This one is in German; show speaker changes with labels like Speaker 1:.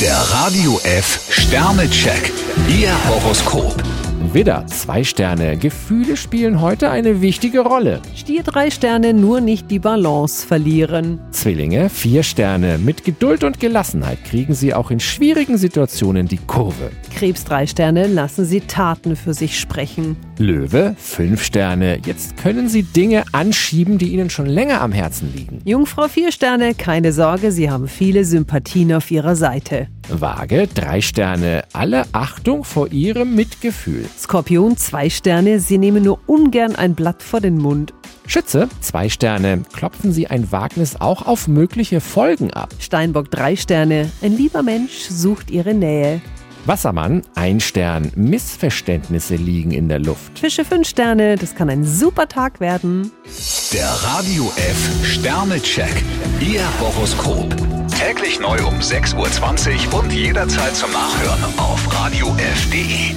Speaker 1: Der Radio F Sternecheck. Ihr Horoskop.
Speaker 2: Widder, zwei Sterne. Gefühle spielen heute eine wichtige Rolle.
Speaker 3: Stier drei Sterne, nur nicht die Balance verlieren.
Speaker 2: Zwillinge, vier Sterne. Mit Geduld und Gelassenheit kriegen sie auch in schwierigen Situationen die Kurve.
Speaker 3: Krebs drei Sterne, lassen Sie Taten für sich sprechen.
Speaker 2: Löwe, fünf Sterne. Jetzt können sie Dinge anschieben, die ihnen schon länger am Herzen liegen.
Speaker 3: Jungfrau vier Sterne, keine Sorge, Sie haben viele Sympathien auf Ihrer Seite.
Speaker 2: Waage, drei Sterne. Alle Achtung vor ihrem Mitgefühl.
Speaker 3: Skorpion zwei Sterne, Sie nehmen nur ungern ein Blatt vor den Mund.
Speaker 2: Schütze, zwei Sterne. Klopfen sie ein Wagnis auch auf mögliche Folgen ab.
Speaker 3: Steinbock drei Sterne, ein lieber Mensch sucht Ihre Nähe.
Speaker 2: Wassermann, ein Stern. Missverständnisse liegen in der Luft.
Speaker 3: Fische fünf Sterne, das kann ein super Tag werden.
Speaker 1: Der Radio F Sternecheck. Ihr Horoskop. Täglich neu um 6.20 Uhr und jederzeit zum Nachhören auf Radio radiof.de.